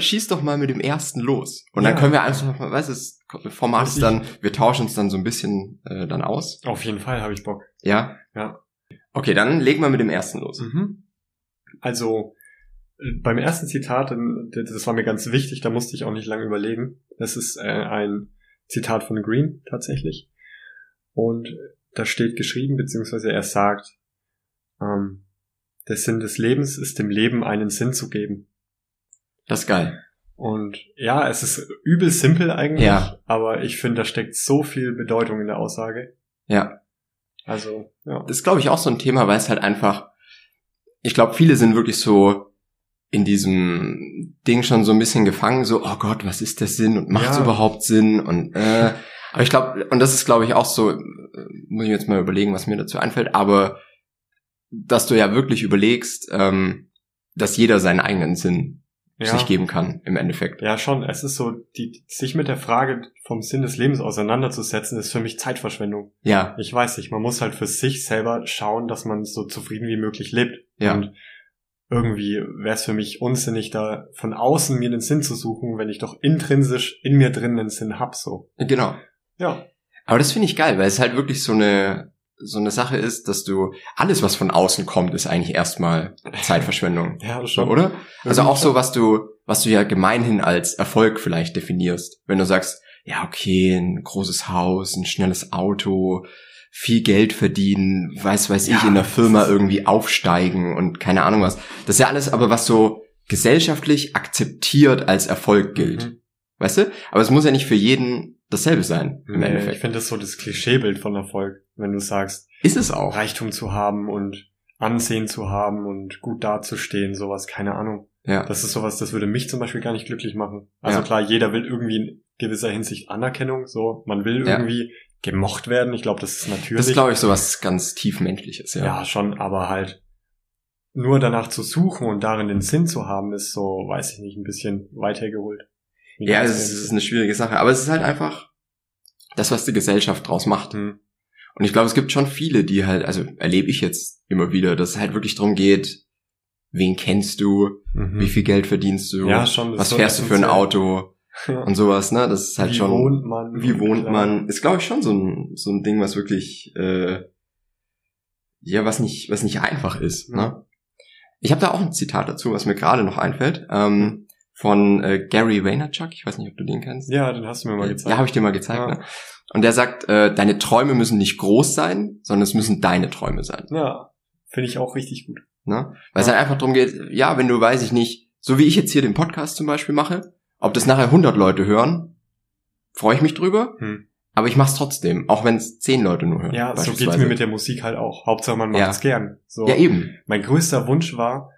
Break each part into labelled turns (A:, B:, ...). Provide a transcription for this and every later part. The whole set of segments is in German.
A: schieß doch mal mit dem ersten los. Und dann können wir einfach nochmal, weißt du, das Format ist dann, wir tauschen uns dann so ein bisschen äh, dann aus.
B: Auf jeden Fall habe ich Bock.
A: Ja?
B: Ja.
A: Okay, dann legen wir mit dem ersten los.
B: Mhm. Also äh, beim ersten Zitat, ähm, d- das war mir ganz wichtig, da musste ich auch nicht lange überlegen. Das ist äh, ein Zitat von Green tatsächlich. Und da steht geschrieben, beziehungsweise er sagt, ähm, der Sinn des Lebens ist dem Leben einen Sinn zu geben.
A: Das ist geil.
B: Und ja, es ist übel simpel eigentlich,
A: Ja.
B: aber ich finde, da steckt so viel Bedeutung in der Aussage.
A: Ja.
B: Also, ja.
A: Das ist, glaube ich, auch so ein Thema, weil es halt einfach, ich glaube, viele sind wirklich so in diesem Ding schon so ein bisschen gefangen, so, oh Gott, was ist der Sinn und macht es
B: Ja.
A: überhaupt Sinn und äh, aber ich glaube, und das ist, glaube ich, auch so, äh, muss ich jetzt mal überlegen, was mir dazu einfällt, aber dass du ja wirklich überlegst, ähm, dass jeder seinen eigenen Sinn
B: ja.
A: sich geben kann, im Endeffekt.
B: Ja, schon. Es ist so, die, sich mit der Frage vom Sinn des Lebens auseinanderzusetzen, ist für mich Zeitverschwendung.
A: Ja,
B: Ich weiß nicht, man muss halt für sich selber schauen, dass man so zufrieden wie möglich lebt.
A: Ja.
B: Und irgendwie wäre es für mich unsinnig, da von außen mir den Sinn zu suchen, wenn ich doch intrinsisch in mir drin einen Sinn hab, so.
A: genau.
B: Ja.
A: Aber das finde ich geil, weil es halt wirklich so eine so eine Sache ist, dass du alles, was von außen kommt, ist eigentlich erstmal Zeitverschwendung,
B: Ja, das
A: so,
B: schon. Mhm.
A: oder? Also
B: Irgendwie
A: auch so, was du was du ja gemeinhin als Erfolg vielleicht definierst, wenn du sagst, ja okay, ein großes Haus, ein schnelles Auto, viel Geld verdienen, weiß weiß ich
B: Ja,
A: in der
B: das
A: Firma
B: ist-
A: irgendwie aufsteigen und keine Ahnung was. Das ist ja alles, aber was so gesellschaftlich akzeptiert als Erfolg gilt,
B: Mhm.
A: weißt du? Aber es muss ja nicht für jeden dasselbe sein im
B: Nee,
A: Endeffekt.
B: ich finde das so das Klischeebild von Erfolg, wenn du sagst,
A: Ist es auch.
B: Reichtum zu haben und Ansehen zu haben und gut dazustehen, sowas, keine Ahnung.
A: Ja,
B: Das ist sowas, das würde mich zum Beispiel gar nicht glücklich machen. Also
A: Ja.
B: klar, jeder will irgendwie in gewisser Hinsicht Anerkennung, so. Man will
A: Ja.
B: irgendwie gemocht werden. Ich glaube, das ist natürlich.
A: das ist, glaube ich, so was ganz tiefmenschliches, ja.
B: ja. schon, aber halt nur danach zu suchen und darin den Sinn zu haben, ist so, weiß ich nicht, ein bisschen weitergeholt. Wie
A: Ja,
B: das
A: es ist, es
B: ist.
A: ist eine schwierige Sache, aber es ist halt einfach das, was die Gesellschaft draus macht.
B: Hm.
A: Und ich glaube, es gibt schon viele, die halt, also erlebe ich jetzt immer wieder, dass es halt wirklich darum geht, wen kennst du,
B: Mhm.
A: wie viel Geld verdienst du,
B: ja, schon, das
A: was
B: ist
A: fährst du für ein
B: essentiell.
A: Auto und sowas, ne? Das ist halt
B: wie
A: schon,
B: wohnt man?
A: wie wohnt
B: Ja.
A: man, ist, glaube ich, schon so ein, so ein Ding, was wirklich, äh, ja, was nicht, was nicht einfach ist. Ne? Ich habe da auch ein Zitat dazu, was mir gerade noch einfällt, ähm, von äh, Gary Vaynerchuk. Ich weiß nicht, ob du den kennst. Äh,
B: Ja, den hast du mir mal
A: ja
B: gezeigt.
A: habe ich dir mal gezeigt.
B: Ja.
A: Ne? Und der sagt, äh, deine Träume müssen nicht groß sein, sondern es müssen deine Träume sein.
B: ja, finde ich auch richtig gut.
A: Ne? Weil es halt einfach darum geht, ja, wenn du, weiß ich nicht, so wie ich jetzt hier den Podcast zum Beispiel mache, ob das nachher 100 Leute hören, freue ich mich drüber,
B: Hm.
A: aber ich mach's trotzdem, auch wenn es 10 Leute nur hören.
B: Ja, so geht's
A: beispielsweise.
B: mir mit der Musik halt auch. Hauptsache man macht's
A: Ja.
B: gern. So.
A: Ja, eben.
B: Mein größter Wunsch war,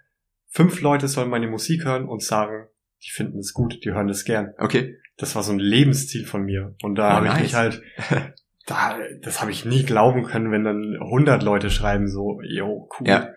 B: fünf Leute sollen meine Musik hören und sagen, die finden es gut, die hören es gern.
A: Okay.
B: Das war so ein Lebensziel von mir. Und da
A: Oh,
B: habe ich
A: nice.
B: mich halt, da, das habe ich nie glauben können, wenn dann 100 Leute schreiben so, yo, cool,
A: Ja.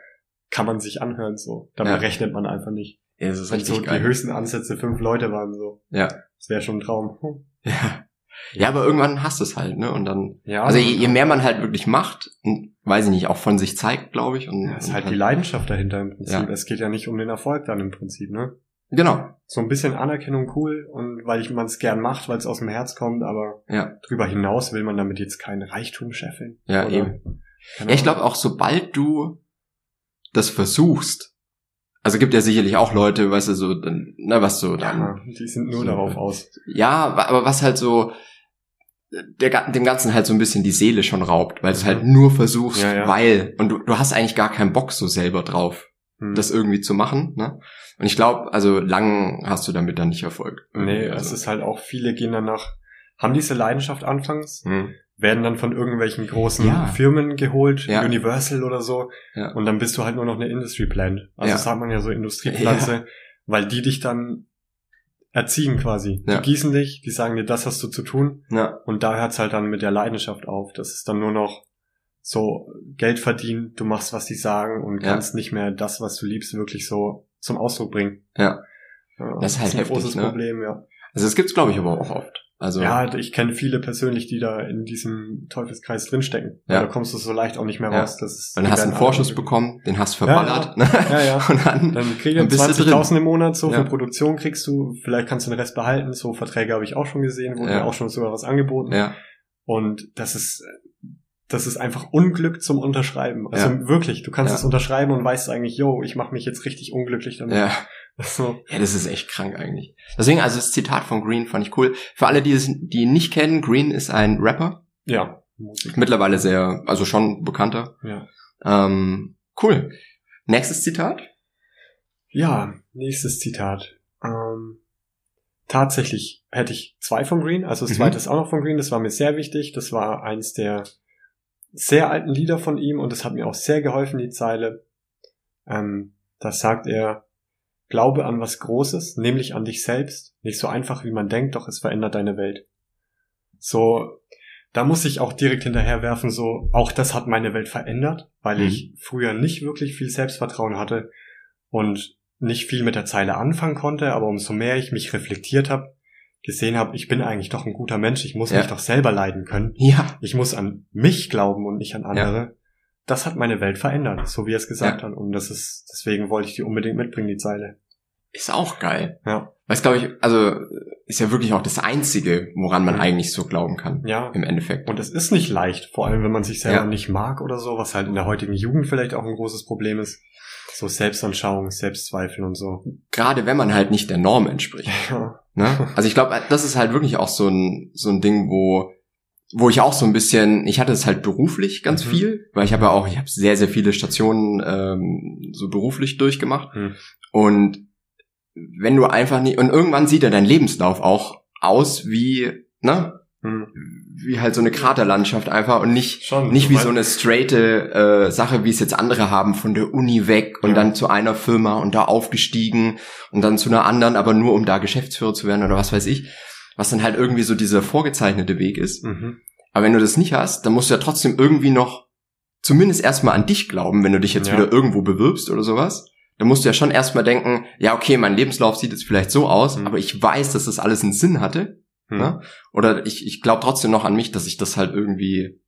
B: kann man sich anhören so. Damit
A: Ja.
B: rechnet man einfach nicht.
A: Ja, das ist
B: Wenn so die höchsten Ansätze fünf Leute waren so.
A: Ja.
B: Das wäre schon ein Traum. Hm.
A: Ja. ja, aber irgendwann hast du es halt, ne? Und dann.
B: Ja,
A: Also je, je mehr man halt wirklich macht und weiß ich nicht, auch von sich zeigt, glaube ich. Und,
B: Ja, ist
A: und
B: halt die Leidenschaft dahinter im Prinzip.
A: Ja.
B: Es geht ja nicht um den Erfolg dann im Prinzip, ne?
A: Genau.
B: so ein bisschen Anerkennung cool und weil ich man es gern macht, weil es aus dem Herz kommt, aber
A: Ja.
B: drüber hinaus will man damit jetzt keinen Reichtum scheffeln.
A: Ja,
B: oder?
A: eben.
B: Keine
A: Ja, ich glaube
B: Ahnung.
A: auch, sobald du das versuchst, also gibt ja sicherlich auch Leute, weißt du, so, dann, na, was so dann.
B: Ja, die sind nur
A: ähm, So.
B: darauf aus.
A: Ja, wa- aber was halt so der, Ga- dem Ganzen halt so ein bisschen die Seele schon raubt, weil du es halt
B: Mhm.
A: nur versuchst,
B: Ja, ja.
A: weil und du, du hast eigentlich gar keinen Bock so selber drauf,
B: Hm.
A: das irgendwie zu machen. Ne? Und ich glaube, also lang hast du damit dann nicht Erfolg.
B: nee,
A: also,
B: es ist halt auch, viele gehen danach, haben diese Leidenschaft anfangs,
A: Hm.
B: werden dann von irgendwelchen großen
A: Ja.
B: Firmen geholt,
A: Ja.
B: Universal oder so,
A: Ja.
B: und dann bist du halt nur noch eine Industry Plant. Also
A: Ja.
B: sagt man ja so Industriepflanze, weil die dich dann erziehen quasi.
A: Ja.
B: Die gießen dich, die sagen dir, das hast du zu tun.
A: Ja,
B: Und da hört's halt dann mit der Leidenschaft auf. Das ist dann nur noch so Geld verdienen, du machst, was die sagen und
A: Ja.
B: kannst nicht mehr das, was du liebst, wirklich so zum Ausdruck bringen.
A: Ja.
B: Ja,
A: Das ist halt
B: ein
A: heftig,
B: großes
A: ne?
B: Problem, ja.
A: also das gibt's glaube ich aber auch oft. Also
B: Ja, ich kenne viele persönlich, die da in diesem Teufelskreis drinstecken.
A: Ja.
B: Ja. Da kommst du so leicht auch nicht mehr
A: Ja.
B: raus. Das ist,
A: dann
B: die
A: hast du
B: werden
A: einen Vorschuss
B: alle-
A: bekommen, den hast du verballert. ne?
B: Ja, ja.
A: Und dann,
B: Dann kriegst
A: Dann
B: du
A: bist du drin.
B: 20.000 im Monat, so
A: Ja.
B: für Produktion kriegst du, vielleicht kannst du den Rest behalten, so Verträge habe ich auch schon gesehen, wurde
A: Ja.
B: mir auch schon sogar was angeboten.
A: ja,
B: Und das ist, das ist einfach Unglück zum Unterschreiben. Also wirklich, du kannst
A: Ja.
B: es unterschreiben und weißt eigentlich, yo, ich mache mich jetzt richtig unglücklich damit.
A: ja.
B: So,
A: Ja, das ist echt krank eigentlich. Deswegen, also das Zitat von Green fand ich cool. Für alle, die es die ihn nicht kennen, Green ist ein Rapper.
B: ja. Musik.
A: Mittlerweile sehr, also schon bekannter.
B: Ja.
A: Ähm, cool. Nächstes Zitat.
B: ja, nächstes Zitat. Ähm, tatsächlich hätte ich zwei von Green, also das
A: Mhm.
B: zweite ist auch noch von Green, das war mir sehr wichtig. Das war eins der sehr alten Lieder von ihm und das hat mir auch sehr geholfen, die Zeile. Ähm, da sagt er, glaube an was Großes, nämlich an dich selbst. Nicht so einfach, wie man denkt, doch es verändert deine Welt. So, da muss ich auch direkt hinterherwerfen, so, auch das hat meine Welt verändert, weil
A: Mhm.
B: ich früher nicht wirklich viel Selbstvertrauen hatte und nicht viel mit der Zeile anfangen konnte, aber umso mehr ich mich reflektiert habe, gesehen habe, ich bin eigentlich doch ein guter Mensch, ich muss
A: Ja.
B: mich doch selber leiden können
A: Ja.
B: ich muss an mich glauben und nicht an andere. Das hat meine Welt verändert, so wie er es gesagt hat. Und das ist, deswegen wollte ich die unbedingt mitbringen, die Zeile.
A: Ist auch geil.
B: Ja.
A: Weil es, glaube ich, also ist ja wirklich auch das Einzige, woran man
B: Mhm.
A: eigentlich so glauben kann.
B: Ja.
A: Im Endeffekt.
B: Und es ist nicht leicht, vor allem wenn man sich selber
A: Ja.
B: nicht mag oder so, was halt in der heutigen Jugend vielleicht auch ein großes Problem ist. So Selbstanschauung, Selbstzweifeln und so.
A: Gerade wenn man halt nicht der Norm entspricht.
B: Ja.
A: Ne? Also ich glaube, das ist halt wirklich auch so ein, so ein Ding, wo, wo ich auch so ein bisschen, ich hatte es halt beruflich ganz
B: Mhm.
A: viel, weil ich habe ja auch, ich habe sehr, sehr viele Stationen ähm, so beruflich durchgemacht.
B: Mhm.
A: Und wenn du einfach nicht, und irgendwann sieht ja dein Lebenslauf auch aus wie, ne?
B: Hm.
A: Wie halt so eine Kraterlandschaft einfach und nicht,
B: Schon.
A: nicht wie
B: weil-
A: so eine straighte äh, Sache, wie es jetzt andere haben, von der Uni weg und
B: Ja.
A: dann zu einer Firma und da aufgestiegen und dann zu einer anderen, aber nur um da Geschäftsführer zu werden oder was weiß ich, was dann halt irgendwie so dieser vorgezeichnete Weg ist.
B: Mhm.
A: Aber wenn du das nicht hast, dann musst du ja trotzdem irgendwie noch zumindest erstmal an dich glauben, wenn du dich jetzt
B: Ja.
A: wieder irgendwo bewirbst oder sowas. Dann musst du ja schon erstmal denken, ja, okay, mein Lebenslauf sieht jetzt vielleicht so aus,
B: Mhm.
A: aber ich weiß, dass das alles einen Sinn hatte.
B: Hm.
A: Ne? Oder ich, ich glaube trotzdem noch an mich, dass ich das halt irgendwie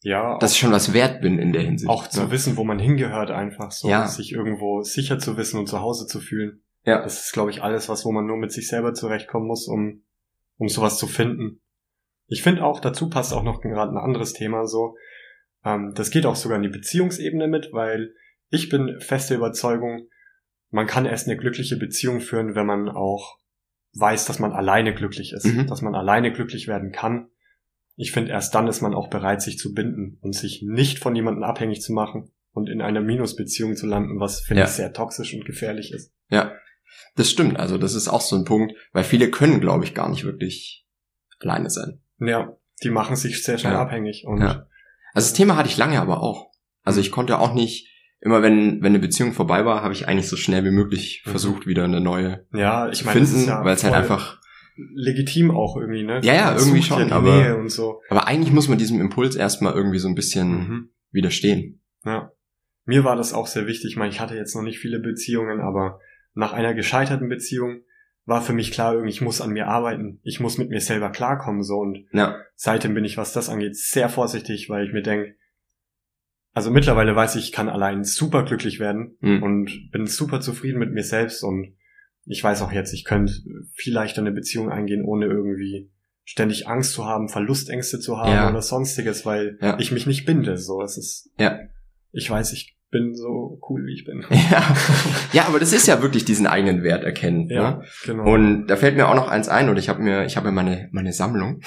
B: Ja,
A: dass ich schon was wert bin in der Hinsicht.
B: auch zu
A: ja.
B: wissen, wo man hingehört, einfach so,
A: Ja.
B: sich irgendwo sicher zu wissen und zu Hause zu fühlen.
A: Ja.
B: Das ist, glaube ich, alles, was wo man nur mit sich selber zurechtkommen muss, um, um sowas zu finden. Ich finde auch, dazu passt auch noch gerade ein anderes Thema so. Ähm, das geht auch sogar in die Beziehungsebene mit, weil ich bin feste Überzeugung, man kann erst eine glückliche Beziehung führen, wenn man auch weiß, dass man alleine glücklich ist,
A: Mhm.
B: dass man alleine glücklich werden kann. Ich finde, erst dann ist man auch bereit, sich zu binden und sich nicht von jemandem abhängig zu machen und in einer Minusbeziehung zu landen, was finde
A: Ja.
B: ich sehr toxisch und gefährlich ist.
A: ja, das stimmt. Also das ist auch so ein Punkt, weil viele können, glaube ich, gar nicht wirklich alleine sein.
B: Ja, die machen sich sehr schnell
A: Ja.
B: abhängig und
A: Ja. Also das Thema hatte ich lange aber auch. Also ich konnte auch nicht immer, wenn wenn eine Beziehung vorbei war, habe ich eigentlich so schnell wie möglich
B: Mhm.
A: versucht, wieder eine neue
B: ja, ich
A: zu
B: meine, das ist
A: finden,
B: ja
A: weil es halt
B: voll
A: einfach.
B: legitim auch irgendwie, ne?
A: Ja, ja,
B: Man
A: irgendwie
B: sucht
A: schon,
B: die
A: aber-
B: Nähe und so.
A: Aber eigentlich muss man diesem Impuls erstmal irgendwie so ein bisschen
B: Mhm.
A: widerstehen.
B: Ja. Mir war das auch sehr wichtig. Ich meine, ich hatte jetzt noch nicht viele Beziehungen, aber nach einer gescheiterten Beziehung war für mich klar, irgendwie, ich muss an mir arbeiten. Ich muss mit mir selber klarkommen, so. Und
A: Ja,
B: seitdem bin ich, was das angeht, sehr vorsichtig, weil ich mir denke, also mittlerweile weiß ich, ich kann allein super glücklich werden
A: Mhm.
B: und bin super zufrieden mit mir selbst und ich weiß auch jetzt, ich könnte viel leichter eine Beziehung eingehen, ohne irgendwie ständig Angst zu haben, Verlustängste zu haben
A: Ja.
B: oder sonstiges, weil
A: Ja.
B: ich mich nicht binde. So, es ist
A: ja,
B: ich weiß, ich bin so cool, wie ich bin.
A: ja, ja. Aber das ist ja wirklich diesen eigenen Wert erkennen. Ne?
B: genau.
A: Und da fällt mir auch noch eins ein, und ich habe mir, ich habe mir meine, meine Sammlung,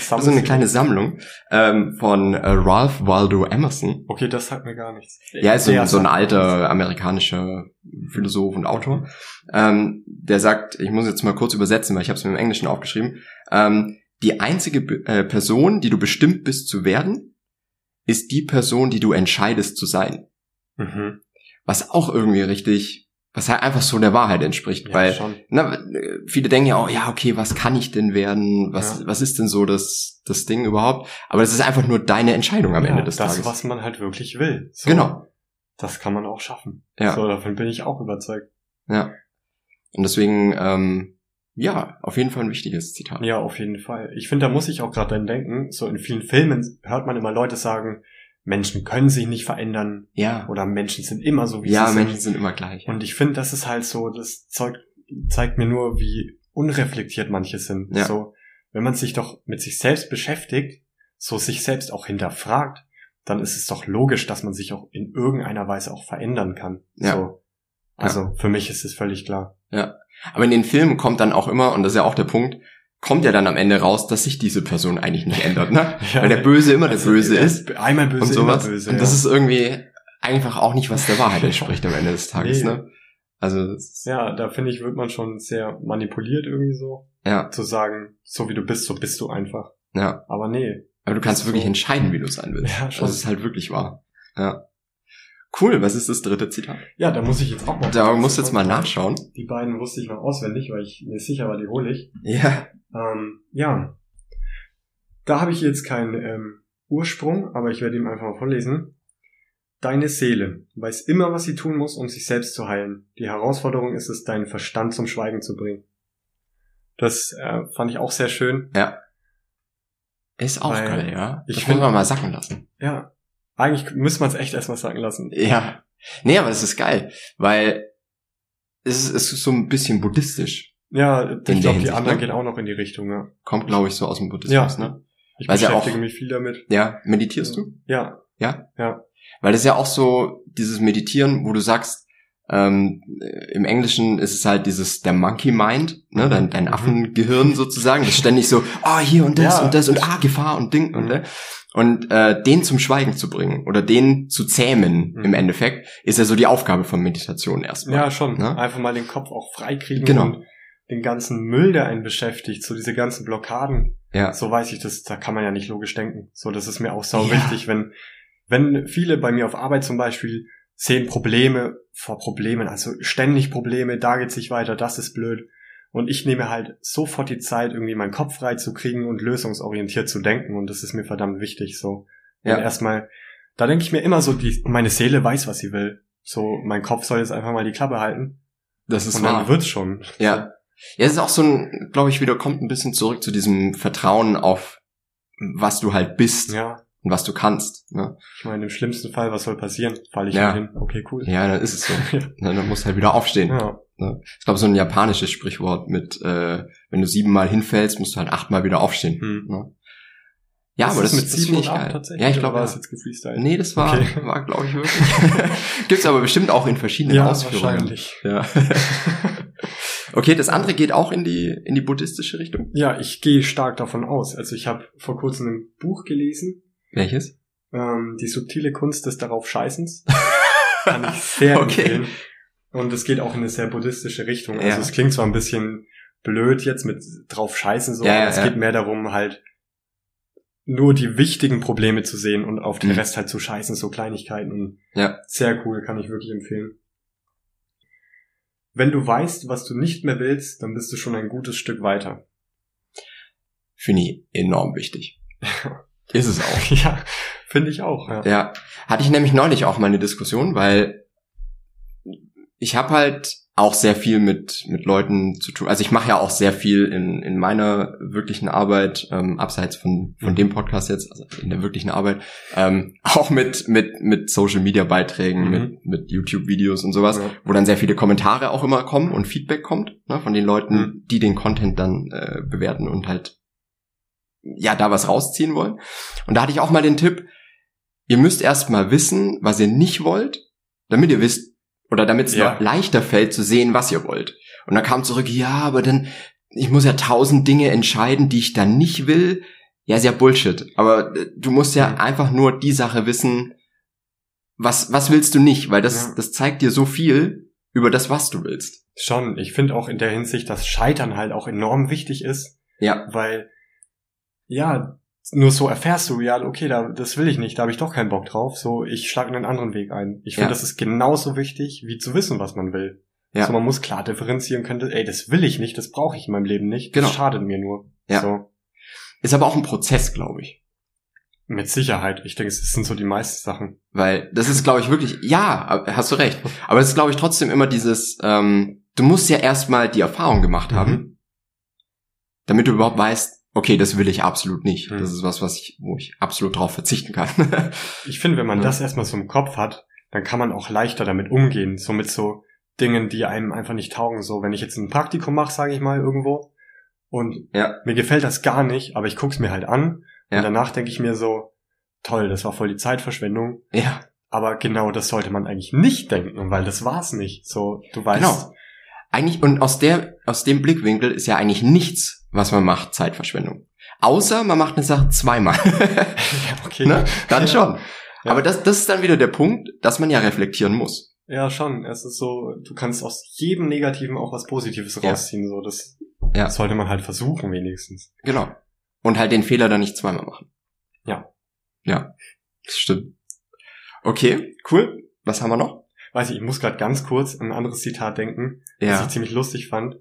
A: so eine kleine Sammlung ähm, von äh, Ralph Waldo Emerson.
B: Okay, das sagt mir gar nichts.
A: Ja, ist so,
B: Der
A: ein- so ein
B: sagt mir nichts.
A: alter amerikanischer Philosoph und Autor. Ähm, der sagt, ich muss jetzt mal kurz übersetzen, weil ich habe es mir im Englischen aufgeschrieben. Ähm, die einzige Be- äh, Person, die du bestimmt bist zu werden, ist die Person, die du entscheidest zu sein.
B: Mhm.
A: Was auch irgendwie richtig, was halt einfach so der Wahrheit entspricht,
B: Ja,
A: weil
B: schon.
A: na, äh, viele denken ja auch, ja, okay, was kann ich denn werden? Was,
B: Ja.
A: was ist denn so das, das Ding überhaupt? Aber das ist einfach nur deine Entscheidung am
B: ja,
A: Ende des
B: das,
A: Tages.
B: was man halt wirklich will. So,
A: Genau.
B: Das kann man auch schaffen.
A: Ja.
B: So, davon bin ich auch überzeugt.
A: Und deswegen, ähm, ja, auf jeden Fall ein wichtiges Zitat.
B: Ja, auf jeden Fall. Ich finde, da muss ich auch gerade dran denken. So in vielen Filmen hört man immer Leute sagen, Menschen können sich nicht verändern
A: Ja,
B: oder Menschen sind immer so, wie
A: ja
B: sie
A: Menschen
B: sind.
A: sind immer gleich.
B: Und ich finde, das ist halt so, das Zeug zeigt mir nur, wie unreflektiert manche sind.
A: Ja.
B: So, wenn man sich doch mit sich selbst beschäftigt, so sich selbst auch hinterfragt, dann ist es doch logisch, dass man sich auch in irgendeiner Weise auch verändern kann.
A: Ja.
B: So.
A: Ja.
B: Also für mich ist es völlig klar.
A: Aber in den Filmen kommt dann auch immer, und das ist ja auch der Punkt, kommt ja dann am Ende raus, dass sich diese Person eigentlich nicht ändert, ne?
B: Ja.
A: Weil der Böse immer der
B: Also,
A: Böse
B: ja,
A: ist
B: Einmal böse,
A: und sowas.
B: immer böse.
A: und das
B: ja.
A: ist irgendwie einfach auch nicht, was der Wahrheit entspricht am Ende des Tages,
B: Nee.
A: ne? Also, es ist-
B: ja, da finde ich, wird man schon sehr manipuliert irgendwie so.
A: ja,
B: Zu sagen, so wie du bist, so bist du einfach.
A: ja.
B: Aber nee.
A: Aber du kannst
B: So.
A: wirklich entscheiden, wie du sein willst.
B: Ja,
A: Das ist halt wirklich wahr. Ja. Cool, was ist das dritte Zitat?
B: Ja, da muss ich jetzt auch mal.
A: Da musst du jetzt mal nachschauen.
B: Die beiden wusste ich noch auswendig, weil ich mir sicher war, die hole ich.
A: Ja.
B: Ähm, ja. Da habe ich jetzt keinen ähm, Ursprung, aber ich werde ihm einfach mal vorlesen. Deine Seele weiß immer, was sie tun muss, um sich selbst zu heilen. Die Herausforderung ist es, deinen Verstand zum Schweigen zu bringen. Das äh, fand ich auch sehr schön.
A: Ist auch
B: Weil
A: geil, ja.
B: ich
A: Ich das
B: find-
A: wollen wir mal sacken lassen.
B: Ja. Eigentlich müssen wir es echt erstmal sagen lassen.
A: Ja. Nee, aber das ist geil, weil es ist, es ist so ein bisschen buddhistisch.
B: Ja,
A: der
B: ich glaube, die
A: Hinsicht,
B: anderen
A: ne?
B: gehen auch noch in die Richtung, ja.
A: Kommt, glaube ich, so aus dem Buddhismus,
B: Ja.
A: ne?
B: Ich
A: Weil sie auch-
B: beschäftige mich viel damit.
A: Ja. Meditierst du?
B: Ja.
A: Ja?
B: Ja.
A: Weil das ist ja auch so dieses Meditieren, wo du sagst, ähm, äh, im Englischen ist es halt dieses, der Monkey Mind, ne, dein, dein
B: Mhm.
A: Affengehirn sozusagen, das ständig so, ah, hier und das
B: Ja.
A: und das und ah, Gefahr und Ding und
B: Mhm.
A: ne. Und äh, den zum Schweigen zu bringen oder den zu zähmen
B: Mhm.
A: im Endeffekt, ist ja so die Aufgabe von Meditation erstmal.
B: Ja, schon.
A: Ne?
B: Einfach mal den Kopf auch freikriegen
A: Genau.
B: und den ganzen Müll, der einen beschäftigt, so diese ganzen Blockaden.
A: Ja.
B: So weiß ich das, da kann man ja nicht logisch denken. So, das ist mir auch sau
A: Ja.
B: wichtig, wenn, wenn viele bei mir auf Arbeit zum Beispiel sehen Probleme vor Problemen, also ständig Probleme, da geht's nicht weiter, das ist blöd. Und ich nehme halt sofort die Zeit, irgendwie meinen Kopf frei zu kriegen und lösungsorientiert zu denken. Und das ist mir verdammt wichtig, so.
A: Ja.
B: Ja. Erstmal, da denke ich mir immer so, die, meine Seele weiß, was sie will. So, mein Kopf soll jetzt einfach mal die Klappe halten.
A: Das ist
B: und
A: wahr.
B: dann wird's schon.
A: Ja. Ja, es ist auch so ein, glaube ich, wieder kommt ein bisschen zurück zu diesem Vertrauen auf, was du halt bist
B: Ja.
A: und was du kannst. Ne?
B: Ich meine, im schlimmsten Fall, was soll passieren? Fall ich
A: Ja.
B: hin. Okay, cool.
A: Ja, dann ist es so.
B: Ja.
A: Ne, Dann musst du halt wieder aufstehen.
B: Ja.
A: Ich glaube, so ein japanisches Sprichwort mit, äh, wenn du siebenmal hinfällst, musst du halt achtmal wieder aufstehen.
B: Hm.
A: Ne? Ja,
B: Ist
A: aber das,
B: mit
A: das
B: sieben
A: finde
B: und
A: ich
B: acht
A: geil.
B: tatsächlich,
A: Ja, ich
B: oder
A: glaube,
B: war
A: ja.
B: es jetzt gefreestylt.
A: nee, das war,
B: Okay.
A: war glaube ich wirklich. Gibt's aber bestimmt auch in verschiedenen
B: ja,
A: Ausführungen.
B: wahrscheinlich.
A: Ja. okay, das andere geht auch in die in die buddhistische Richtung.
B: Ja, ich gehe stark davon aus. Also ich habe vor kurzem ein Buch gelesen,
A: Welches?
B: ähm, die subtile Kunst des darauf Scheißens. Kann ich sehr
A: Okay.
B: empfehlen. Und es geht auch in eine sehr buddhistische Richtung. Also
A: Ja.
B: es klingt zwar ein bisschen blöd jetzt mit drauf Scheißen so,
A: Ja,
B: aber
A: ja,
B: es
A: ja.
B: geht mehr darum halt nur die wichtigen Probleme zu sehen und auf den
A: Mhm.
B: Rest halt zu scheißen, so Kleinigkeiten und
A: Ja.
B: sehr cool, kann ich wirklich empfehlen. Wenn du weißt, was du nicht mehr willst, dann bist du schon ein gutes Stück weiter.
A: Finde ich enorm wichtig. Ist es auch.
B: Ja, finde ich auch. Ja.
A: Ja, hatte ich nämlich neulich auch mal eine Diskussion, weil ich habe halt auch sehr viel mit mit Leuten zu tun. Also ich mache ja auch sehr viel in, in meiner wirklichen Arbeit ähm, abseits von
B: Mhm.
A: von dem Podcast jetzt, also in der wirklichen Arbeit, ähm, auch mit mit mit Social Media Beiträgen,
B: Mhm.
A: mit mit YouTube Videos und sowas,
B: Ja.
A: wo dann sehr viele Kommentare auch immer kommen und Feedback kommt ne, von den Leuten,
B: Mhm.
A: die den Content dann äh, bewerten und halt ja da was rausziehen wollen. Und da hatte ich auch mal den Tipp, ihr müsst erst mal wissen, was ihr nicht wollt, damit ihr wisst, oder damit es
B: Ja.
A: noch leichter fällt zu sehen, was ihr wollt. Und dann kam zurück, ja, aber dann, ich muss ja tausend Dinge entscheiden, die ich dann nicht will. Ja, ist ja Bullshit. Aber äh, du musst ja
B: Mhm.
A: einfach nur die Sache wissen, was, was willst du nicht? Weil das,
B: Ja.
A: das zeigt dir so viel über das, was du willst.
B: Schon, ich finde auch in der Hinsicht, dass Scheitern halt auch enorm wichtig ist,
A: Ja,
B: weil ja, nur so erfährst du, ja, okay, da, das will ich nicht, da habe ich doch keinen Bock drauf, so ich schlage einen anderen Weg ein. Ich finde,
A: Ja.
B: das ist genauso wichtig, wie zu wissen, was man will.
A: Ja.
B: So, man muss klar differenzieren können, ey, das will ich nicht, das brauche ich in meinem Leben nicht,
A: Genau.
B: das schadet mir nur.
A: Ja.
B: So,
A: ist aber auch ein Prozess, glaube ich.
B: mit Sicherheit, ich denke, es sind so die meisten Sachen.
A: Weil das ist, glaube ich, wirklich, ja, hast du recht. Aber es ist, glaube ich, trotzdem immer dieses, ähm, du musst ja erstmal die Erfahrung gemacht haben, damit du überhaupt weißt, okay, das will ich absolut nicht.
B: Mhm.
A: Das ist was, was ich, wo ich absolut drauf verzichten kann.
B: Ich finde, wenn man
A: Ja.
B: das erstmal so im Kopf hat, dann kann man auch leichter damit umgehen, so mit so Dingen, die einem einfach nicht taugen. So, wenn ich jetzt ein Praktikum mache, sage ich mal, irgendwo, und
A: Ja.
B: mir gefällt das gar nicht, aber ich guck's mir halt an
A: Ja.
B: und danach denke ich mir so, toll, das war voll die Zeitverschwendung.
A: ja.
B: Aber genau das sollte man eigentlich nicht denken, weil das war's nicht. So, du weißt,
A: Genau. Eigentlich, und aus der, aus dem Blickwinkel ist ja eigentlich nichts, was man macht, Zeitverschwendung. Außer man macht eine Sache zweimal.
B: ja, okay.
A: ne? Dann
B: Ja.
A: schon.
B: Ja.
A: Aber das, das ist dann wieder der Punkt, dass man ja reflektieren muss.
B: Ja, schon. Es ist so, du kannst aus jedem Negativen auch was Positives
A: Ja.
B: rausziehen. So, das
A: Ja.
B: sollte man halt versuchen, wenigstens.
A: Genau. Und halt den Fehler dann nicht zweimal machen.
B: Ja.
A: Ja. Das stimmt. Okay, cool. Was haben wir noch?
B: Weiß ich, ich muss gerade ganz kurz an ein anderes Zitat denken, das ich ziemlich lustig fand.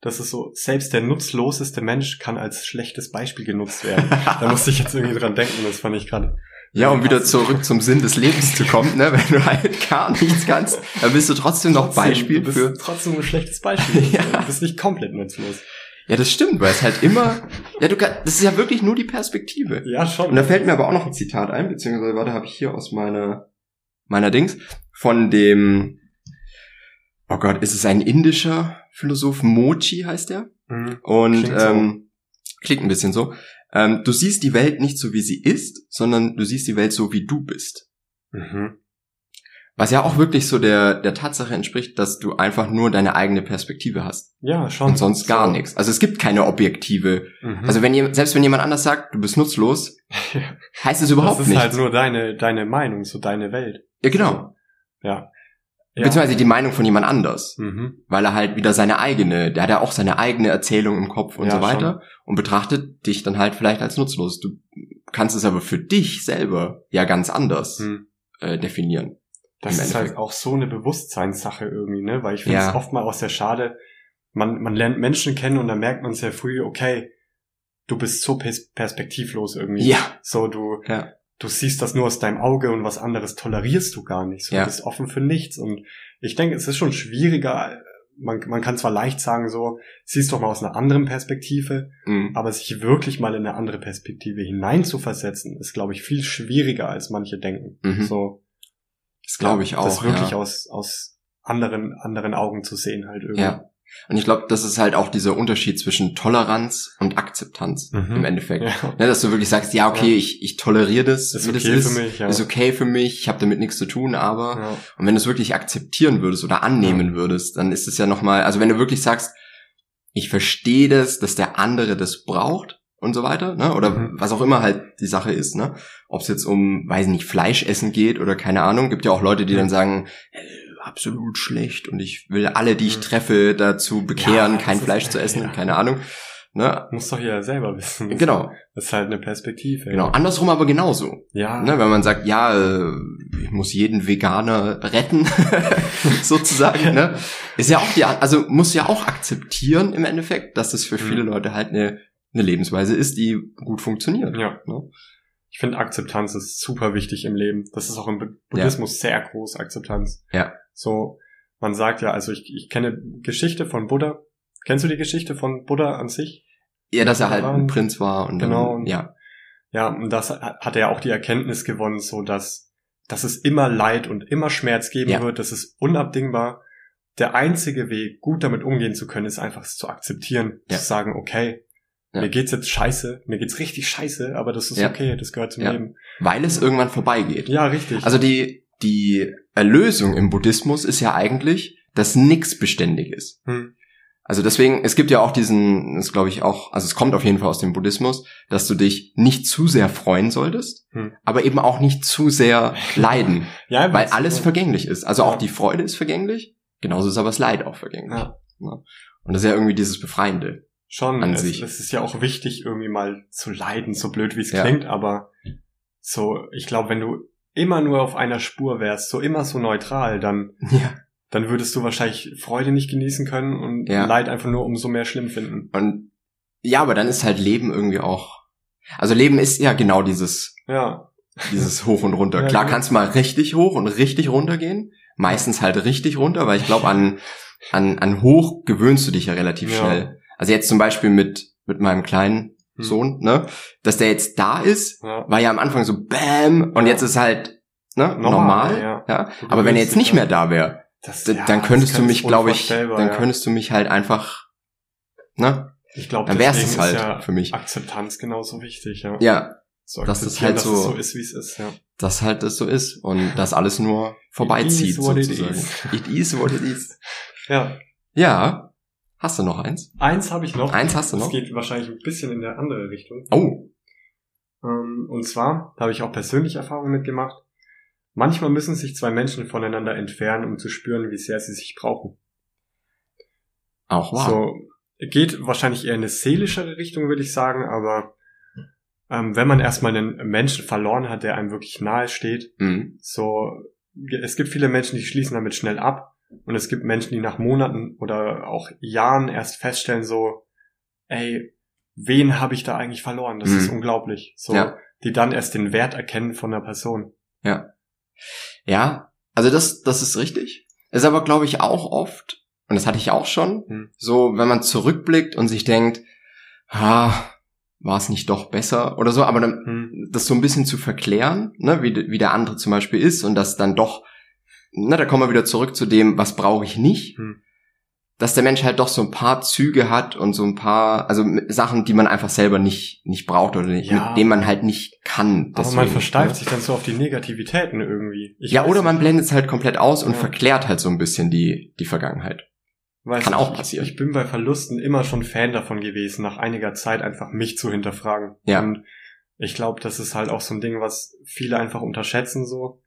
B: Das ist so, selbst der nutzloseste Mensch kann als schlechtes Beispiel genutzt werden. da musste ich jetzt irgendwie dran denken, das fand ich gerade.
A: Ja, um wieder zurück zum Sinn des Lebens zu kommen, ne? Wenn du halt gar nichts kannst, dann bist du trotzdem noch
B: Trotzdem,
A: Beispiel
B: du bist
A: für.
B: Trotzdem ein schlechtes Beispiel.
A: Ja.
B: Du bist nicht komplett nutzlos.
A: Ja, das stimmt, weil es halt immer. Ja, du kann, das ist ja wirklich nur die Perspektive.
B: Ja, schon.
A: Und da fällt mir aber auch noch ein Zitat ein, beziehungsweise warte, habe ich hier aus meiner meiner Dings von dem. Oh Gott, ist es ein indischer Philosoph? Mochi heißt er.
B: Mhm.
A: Und
B: Klingt so.
A: ähm, klingt ein bisschen so. Ähm, du siehst die Welt nicht so, wie sie ist, sondern du siehst die Welt so, wie du bist.
B: Mhm.
A: Was ja auch wirklich so der, der Tatsache entspricht, dass du einfach nur deine eigene Perspektive hast
B: Ja, schon.
A: und sonst gar
B: So.
A: nichts. Also es gibt keine objektive.
B: Mhm.
A: Also wenn ihr, selbst wenn jemand anders sagt, du bist nutzlos,
B: Ja.
A: heißt es überhaupt
B: das ist
A: nicht.
B: halt nur deine, deine Meinung, so deine Welt.
A: ja, genau.
B: Ja. Ja.
A: Beziehungsweise die Meinung von jemand anders,
B: Mhm.
A: weil er halt wieder seine eigene, der hat ja auch seine eigene Erzählung im Kopf und
B: Ja,
A: so weiter und betrachtet dich dann halt vielleicht als nutzlos. Du kannst es aber für dich selber ja ganz anders
B: Mhm.
A: äh, definieren.
B: Das
A: Im
B: ist
A: Endeffekt.
B: halt auch so eine Bewusstseinssache irgendwie, ne? Weil ich finde es
A: Ja.
B: oft mal auch sehr schade. Man, man lernt Menschen kennen und dann merkt man sehr früh, okay, du bist so pers perspektivlos irgendwie.
A: Ja,
B: So, du,
A: Ja.
B: du siehst das nur aus deinem Auge und was anderes tolerierst du gar nicht. So,
A: Ja.
B: Du bist offen für nichts. Und ich denke, es ist schon schwieriger. Man, man kann zwar leicht sagen, so, siehst doch mal aus einer anderen Perspektive,
A: mhm.
B: aber sich wirklich mal in eine andere Perspektive hineinzuversetzen, ist, glaube ich, viel schwieriger, als manche denken.
A: Mhm.
B: So,
A: das glaube ich auch.
B: das wirklich
A: ja.
B: aus, aus anderen, anderen Augen zu sehen halt irgendwie.
A: Ja. Und ich glaube, das ist halt auch dieser Unterschied zwischen Toleranz und Akzeptanz
B: Mhm.
A: im Endeffekt.
B: Ja.
A: Ne, dass du wirklich sagst, ja, okay,
B: Ja.
A: ich, ich toleriere das,
B: Ist
A: wie das
B: okay
A: ist,
B: für mich, ja.
A: ist okay für mich, ich habe damit nichts zu tun, aber
B: ja.
A: und wenn du es wirklich akzeptieren würdest oder annehmen würdest, dann ist es ja nochmal, also wenn du wirklich sagst, ich verstehe das, dass der andere das braucht und so weiter, ne? Oder
B: Mhm.
A: was auch immer halt die Sache ist, ne? Ob es jetzt um, weiß nicht, Fleisch essen geht oder keine Ahnung, gibt ja auch Leute, die
B: Mhm.
A: dann sagen, äh, absolut schlecht und ich will alle, die ich
B: Mhm.
A: treffe, dazu bekehren, kein
B: Ja, das ist-
A: Fleisch zu essen
B: ja.
A: und keine Ahnung. Ne?
B: Muss doch jeder selber wissen.
A: Genau,
B: Das ist halt eine Perspektive.
A: genau. Andersrum aber genauso.
B: Ja.
A: Ne, wenn man sagt, ja, äh, ich muss jeden Veganer retten, sozusagen, ne? Ist ja auch die, An- also muss ja auch akzeptieren im Endeffekt, dass das für viele
B: Mhm.
A: Leute halt eine, eine Lebensweise ist, die gut funktioniert.
B: Ja.
A: Ne?
B: Ich finde Akzeptanz ist super wichtig im Leben. Das ist auch im Bu- Buddhismus sehr groß, Akzeptanz.
A: Ja.
B: So, man sagt ja, also ich, ich kenne Geschichte von Buddha. Kennst du die Geschichte von Buddha an sich?
A: Ja, dass er halt
B: Genau.
A: ein Prinz war und
B: Genau.
A: dann,
B: Und-
A: ja,
B: Ja, und das hat er ja auch die Erkenntnis gewonnen, so dass, dass es immer Leid und immer Schmerz geben
A: Ja.
B: wird. Das ist unabdingbar. Der einzige Weg, gut damit umgehen zu können, ist einfach es zu akzeptieren,
A: Ja.
B: zu sagen, okay,
A: Ja.
B: mir geht's jetzt scheiße, mir geht's richtig scheiße, aber das ist
A: Ja.
B: okay, das gehört zum
A: Ja.
B: Leben.
A: weil es irgendwann vorbeigeht.
B: Ja, richtig.
A: Also die, die Erlösung im Buddhismus ist ja eigentlich, dass nichts beständig ist.
B: hm.
A: Also deswegen, es gibt ja auch diesen, das glaube ich auch, also es kommt auf jeden Fall aus dem Buddhismus, dass du dich nicht zu sehr freuen solltest,
B: Hm.
A: aber eben auch nicht zu sehr leiden,
B: ja,
A: weil
B: das-
A: alles vergänglich ist. Also auch
B: Ja.
A: die Freude ist vergänglich, genauso ist aber das Leid auch vergänglich.
B: Ja.
A: Und das ist ja irgendwie dieses Befreiende.
B: schon
A: an
B: es,
A: sich.
B: Es ist ja auch wichtig, irgendwie mal zu leiden, so blöd wie es
A: Ja.
B: klingt, aber so, ich glaube, wenn du immer nur auf einer Spur wärst, so immer so neutral, dann
A: Ja.
B: dann würdest du wahrscheinlich Freude nicht genießen können und
A: Ja.
B: Leid einfach nur umso mehr schlimm finden.
A: Und ja, aber dann ist halt Leben irgendwie auch. Also Leben ist ja genau dieses,
B: Ja,
A: dieses Hoch und Runter.
B: Ja,
A: Klar
B: genau.
A: kannst du mal richtig hoch und richtig runter gehen. Meistens halt richtig runter, weil ich glaube, an, an, an hoch gewöhnst du dich ja relativ
B: Ja.
A: schnell. Also jetzt zum Beispiel mit mit meinem kleinen
B: Hm.
A: Sohn, ne? Dass der jetzt da ist,
B: Ja.
A: war ja am Anfang so Bam und
B: Ja.
A: jetzt ist halt ne, normal.
B: Normal, ja.
A: ja. Aber wenn er jetzt nicht mehr da wäre,
B: das,
A: D-
B: halt. ja,
A: dann könntest
B: das
A: du
B: ist
A: mich, glaube ich, dann
B: unvorstellbar, ja.
A: könntest du mich halt einfach, ne?
B: ich glaub,
A: Dann wär's
B: deswegen
A: es halt
B: ist ja
A: für mich.
B: Akzeptanz genauso wichtig, ja.
A: Ja,
B: Zu
A: das ist
B: akzeptieren,
A: halt
B: dass
A: so-
B: es so ist, wie es ist, ja.
A: dass halt das so ist und das alles nur vorbeizieht
B: It is what it
A: sozusagen.
B: is.
A: It is what it is.
B: Ja,
A: Ja, hast du noch eins?
B: eins habe ich noch.
A: Eins hast du
B: Das
A: noch?
B: geht wahrscheinlich ein bisschen in der andere Richtung.
A: Oh,
B: Ähm, Und zwar, da habe ich auch persönlich Erfahrungen mitgemacht. Manchmal müssen sich zwei Menschen voneinander entfernen, um zu spüren, wie sehr sie sich brauchen.
A: auch wahr.
B: So, geht wahrscheinlich eher in eine seelischere Richtung, würde ich sagen, aber ähm, wenn man erstmal einen Menschen verloren hat, der einem wirklich nahe steht,
A: Mhm.
B: So, es gibt viele Menschen, die schließen damit schnell ab. Und es gibt Menschen, die nach Monaten oder auch Jahren erst feststellen, so, ey, wen habe ich da eigentlich verloren? Das
A: Mhm.
B: ist unglaublich. So,
A: Ja.
B: die dann erst den Wert erkennen von der Person.
A: Ja, also das, das ist richtig. Ist aber, glaube ich, auch oft, und das hatte ich auch schon,
B: Mhm.
A: so, wenn man zurückblickt und sich denkt, ah, war es nicht doch besser oder so, aber dann
B: Hm.
A: das so ein bisschen zu verklären, ne, wie, de- wie der andere zum Beispiel ist und das dann doch, ne, da kommen wir wieder zurück zu dem, was brauche ich nicht,
B: Hm.
A: dass der Mensch halt doch so ein paar Züge hat und so ein paar, also m- Sachen, die man einfach selber nicht, nicht braucht oder nicht,
B: Ja.
A: mit denen man halt nicht kann.
B: Aber man
A: deswegen,
B: versteift
A: ne?
B: sich dann so auf die Negativitäten irgendwie. Ich
A: Ja,
B: weiß
A: oder man
B: nicht,
A: blendet es halt komplett aus und
B: Ja.
A: verklärt halt so ein bisschen die, die Vergangenheit.
B: weiß
A: kann
B: nicht,
A: auch
B: ich-
A: passieren.
B: Ich bin bei Verlusten immer schon Fan davon gewesen, nach einiger Zeit einfach mich zu hinterfragen.
A: Ja.
B: Und ich glaube, das ist halt auch so ein Ding, was viele einfach unterschätzen so.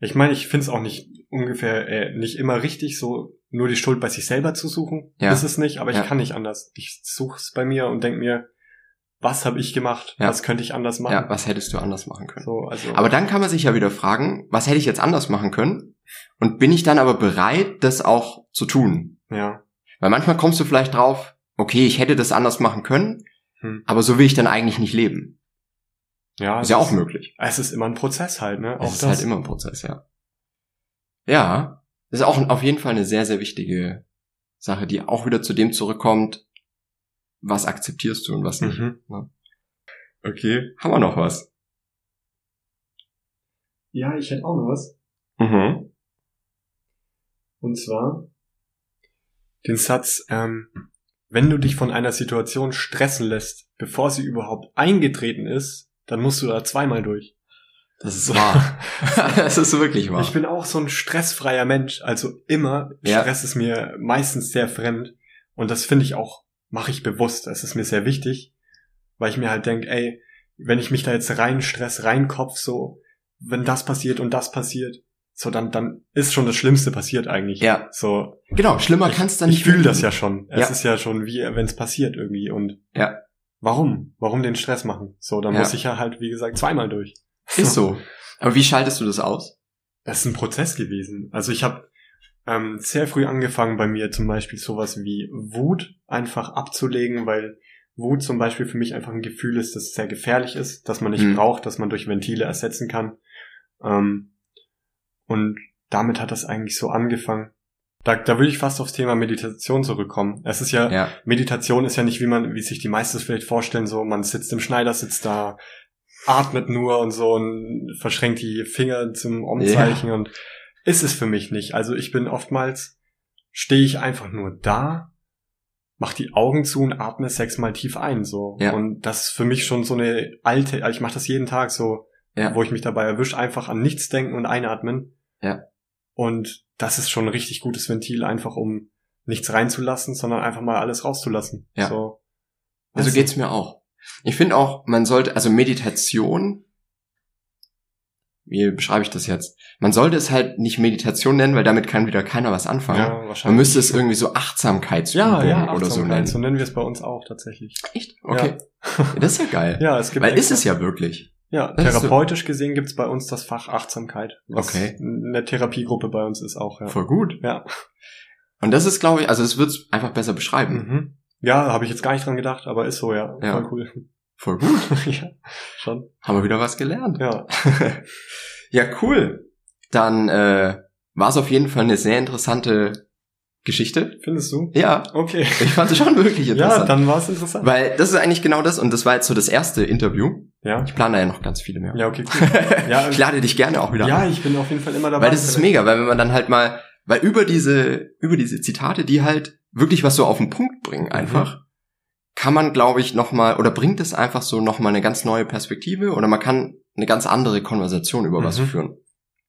B: Ich meine, ich finde es auch nicht ungefähr äh, nicht immer richtig, so nur die Schuld bei sich selber zu suchen.
A: Ja.
B: Ist es nicht, aber
A: Ja.
B: ich kann nicht anders. Ich suche es bei mir und denke mir, was habe ich gemacht?
A: Ja.
B: Was könnte ich anders machen?
A: Ja, was hättest du anders machen können?
B: So, also,
A: Aber dann kann man sich ja wieder fragen, was hätte ich jetzt anders machen können? Und bin ich dann aber bereit, das auch zu tun?
B: ja.
A: Weil manchmal kommst du vielleicht drauf, okay, ich hätte das anders machen können,
B: Hm.
A: aber so will ich dann eigentlich nicht leben.
B: Ja,
A: Ist ja
B: es
A: auch möglich.
B: Es ist immer ein Prozess halt, ne?
A: Es ist halt immer ein Prozess, ja. Ja, das ist auch ein- auf jeden Fall eine sehr, sehr wichtige Sache, die auch wieder zu dem zurückkommt, was akzeptierst du und was nicht.
B: Mhm.
A: Okay. Haben wir noch was?
B: Ja, ich hätte auch noch was.
A: Mhm.
B: Und zwar den Satz, ähm, wenn du dich von einer Situation stressen lässt, bevor sie überhaupt eingetreten ist, dann musst du da zweimal durch.
A: Das ist wahr. das ist wirklich wahr.
B: Ich bin auch so ein stressfreier Mensch, also immer.
A: Ja.
B: Stress ist mir meistens sehr fremd und das finde ich auch, mache ich bewusst. Das ist mir sehr wichtig, weil ich mir halt denke, ey, wenn ich mich da jetzt rein Stress, rein Kopf so, wenn das passiert und das passiert, so dann, dann ist schon das Schlimmste passiert eigentlich.
A: Ja.
B: So,
A: genau, schlimmer
B: ich-
A: kannst du dann
B: ich
A: nicht
B: fühle
A: werden.
B: das ja schon. Es
A: Ja.
B: ist ja schon wie, wenn es passiert irgendwie. Und
A: Ja.
B: warum? Warum den Stress machen? So, dann
A: Ja.
B: muss ich ja halt, wie gesagt, zweimal durch.
A: Ist so. Aber wie schaltest du das aus?
B: Das ist ein Prozess gewesen. Also ich habe ähm, sehr früh angefangen, bei mir zum Beispiel sowas wie Wut einfach abzulegen, weil Wut zum Beispiel für mich einfach ein Gefühl ist, das sehr gefährlich ist, dass man nicht
A: Mhm.
B: braucht, dass man durch Ventile ersetzen kann. Ähm, und damit hat das eigentlich so angefangen. Da, da würde ich fast aufs Thema Meditation zurückkommen. Es ist ja,
A: Ja.
B: Meditation ist ja nicht, wie man, wie sich die meisten es vielleicht vorstellen, so man sitzt im Schneidersitz da, atmet nur und so und verschränkt die Finger zum Omzeichen und ist es für mich nicht. Also ich bin oftmals, stehe ich einfach nur da, mach die Augen zu und atme sechsmal tief ein, so.
A: Ja.
B: Und das ist für mich schon so eine alte, ich mache das jeden Tag so,
A: Ja.
B: wo ich mich dabei erwische, einfach an nichts denken und einatmen.
A: Ja.
B: Und das ist schon ein richtig gutes Ventil, einfach um nichts reinzulassen, sondern einfach mal alles rauszulassen.
A: Ja.
B: So.
A: Also
B: Weißt du?
A: geht's mir auch. Ich finde auch, man sollte, also Meditation, wie beschreibe ich das jetzt? Man sollte es halt nicht Meditation nennen, weil damit kann wieder keiner was anfangen.
B: ja,
A: Man
B: wahrscheinlich.
A: müsste es irgendwie so Achtsamkeitsübung
B: ja, ja,
A: oder so nennen.
B: So nennen wir es bei uns auch tatsächlich.
A: Echt? Okay. Das ist ja geil.
B: Ja, es gibt
A: weil ist
B: extra-
A: es ja wirklich.
B: Ja,
A: das ist so-
B: therapeutisch gesehen gibt's bei uns das Fach Achtsamkeit. was
A: Okay.
B: Eine Therapiegruppe bei uns ist auch, ja.
A: Voll gut.
B: Ja.
A: Und das ist, glaube ich, also es wird's einfach besser beschreiben.
B: Mhm. Ja, habe ich jetzt gar nicht dran gedacht, aber ist so, ja.
A: Ja.
B: Voll cool.
A: Voll gut.
B: ja, schon.
A: Haben wir wieder was gelernt.
B: Ja.
A: ja, cool. Dann äh, war es auf jeden Fall eine sehr interessante Geschichte.
B: Findest du?
A: Ja,
B: Okay.
A: ich fand es schon wirklich
B: Ja,
A: interessant.
B: dann war es interessant.
A: weil das ist eigentlich genau das und das war jetzt so das erste Interview.
B: Ja.
A: Ich plane ja noch ganz viele mehr.
B: Ja, okay, cool. Ja,
A: ich lade dich gerne auch wieder
B: ja,
A: ein.
B: ich bin auf jeden Fall immer dabei.
A: Weil das ist mega, weil wenn man dann halt mal, weil über diese, über diese Zitate, die halt wirklich was so auf den Punkt bringen
B: Mhm.
A: einfach, kann man glaube ich nochmal, oder bringt es einfach so nochmal eine ganz neue Perspektive oder man kann eine ganz andere Konversation über was
B: Mhm.
A: führen.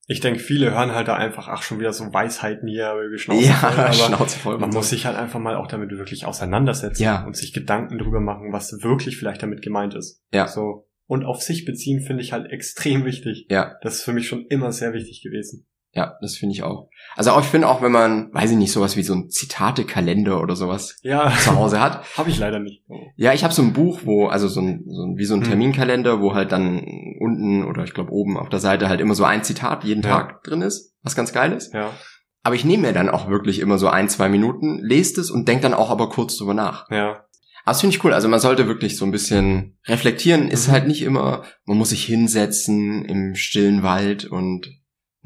B: Ich denke, viele hören halt da einfach, ach, schon wieder so Weisheiten hier, geschnauzt.
A: Ja,
B: aber
A: Schnauze voll.
B: man muss sich halt einfach mal auch damit wirklich auseinandersetzen
A: Ja.
B: und sich Gedanken drüber machen, was wirklich vielleicht damit gemeint ist.
A: Ja.
B: So. Und auf sich beziehen finde ich halt extrem wichtig.
A: Ja.
B: Das ist für mich schon immer sehr wichtig gewesen.
A: Ja, das finde ich auch. Also auch, ich finde auch, wenn man, weiß ich nicht, sowas wie so ein Zitatekalender oder sowas
B: Ja,
A: zu Hause Oh. hat,
B: habe ich leider nicht.
A: Ja, ich habe so ein Buch, wo, also so ein, so ein wie so ein
B: Hm.
A: Terminkalender, wo halt dann unten oder ich glaube oben auf der Seite halt immer so ein Zitat jeden
B: Ja.
A: Tag drin ist, was ganz geil ist.
B: Ja,
A: Aber ich nehme mir dann auch wirklich immer so ein, zwei Minuten, lese es und denk dann auch aber kurz drüber nach.
B: ja,
A: Aber das finde ich cool. Also man sollte wirklich so ein bisschen reflektieren, ist
B: Mhm.
A: halt nicht immer, man muss sich hinsetzen im stillen Wald und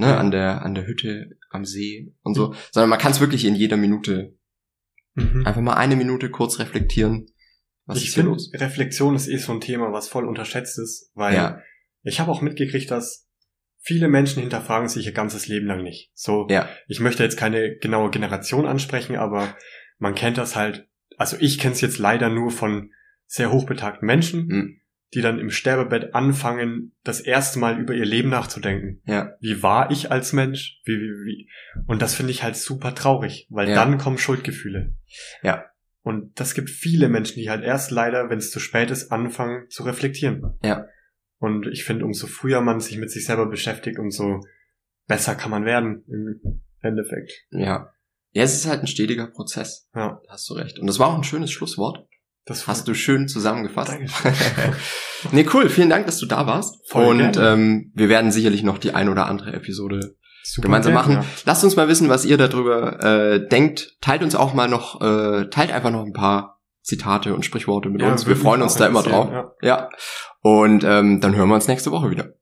A: ne,
B: Ja.
A: an der, an der Hütte, am See und so, sondern man kann es wirklich in jeder Minute
B: Mhm.
A: einfach mal eine Minute kurz reflektieren. Was
B: ich
A: ist hier
B: finde,
A: los?
B: Reflexion ist eh so ein Thema, was voll unterschätzt ist, weil
A: Ja.
B: ich habe auch mitgekriegt, dass viele Menschen hinterfragen sich ihr ganzes Leben lang nicht. So,
A: Ja.
B: ich möchte jetzt keine genaue Generation ansprechen, aber man kennt das halt, also ich kenne es jetzt leider nur von sehr hochbetagten Menschen,
A: Mhm.
B: die dann im Sterbebett anfangen, das erste Mal über ihr Leben nachzudenken.
A: Ja.
B: Wie war ich als Mensch? Wie, wie, wie? Und das finde ich halt super traurig, weil
A: Ja.
B: dann kommen Schuldgefühle.
A: Ja.
B: Und das gibt viele Menschen, die halt erst leider, wenn es zu spät ist, anfangen zu reflektieren.
A: Ja.
B: Und ich finde, umso früher man sich mit sich selber beschäftigt, umso besser kann man werden im Endeffekt.
A: Ja. Ja, es ist halt ein stetiger Prozess.
B: Ja.
A: Da Hast du recht. Und das war auch ein schönes Schlusswort.
B: Das
A: Hast du schön zusammengefasst.
B: Dankeschön.
A: nee, cool. Vielen Dank, dass du da warst.
B: Voll
A: Und
B: gerne.
A: ähm, wir werden sicherlich noch die ein oder andere Episode
B: Super
A: gemeinsam machen.
B: gerne, ja.
A: Lasst uns mal wissen, was ihr darüber äh, denkt. Teilt uns auch mal noch, äh, teilt einfach noch ein paar Zitate und Sprichworte mit
B: Ja,
A: uns. Wir
B: würde mich
A: freuen uns
B: auch
A: da immer drauf.
B: interessieren,
A: Ja. Und ähm, dann hören wir uns nächste Woche wieder.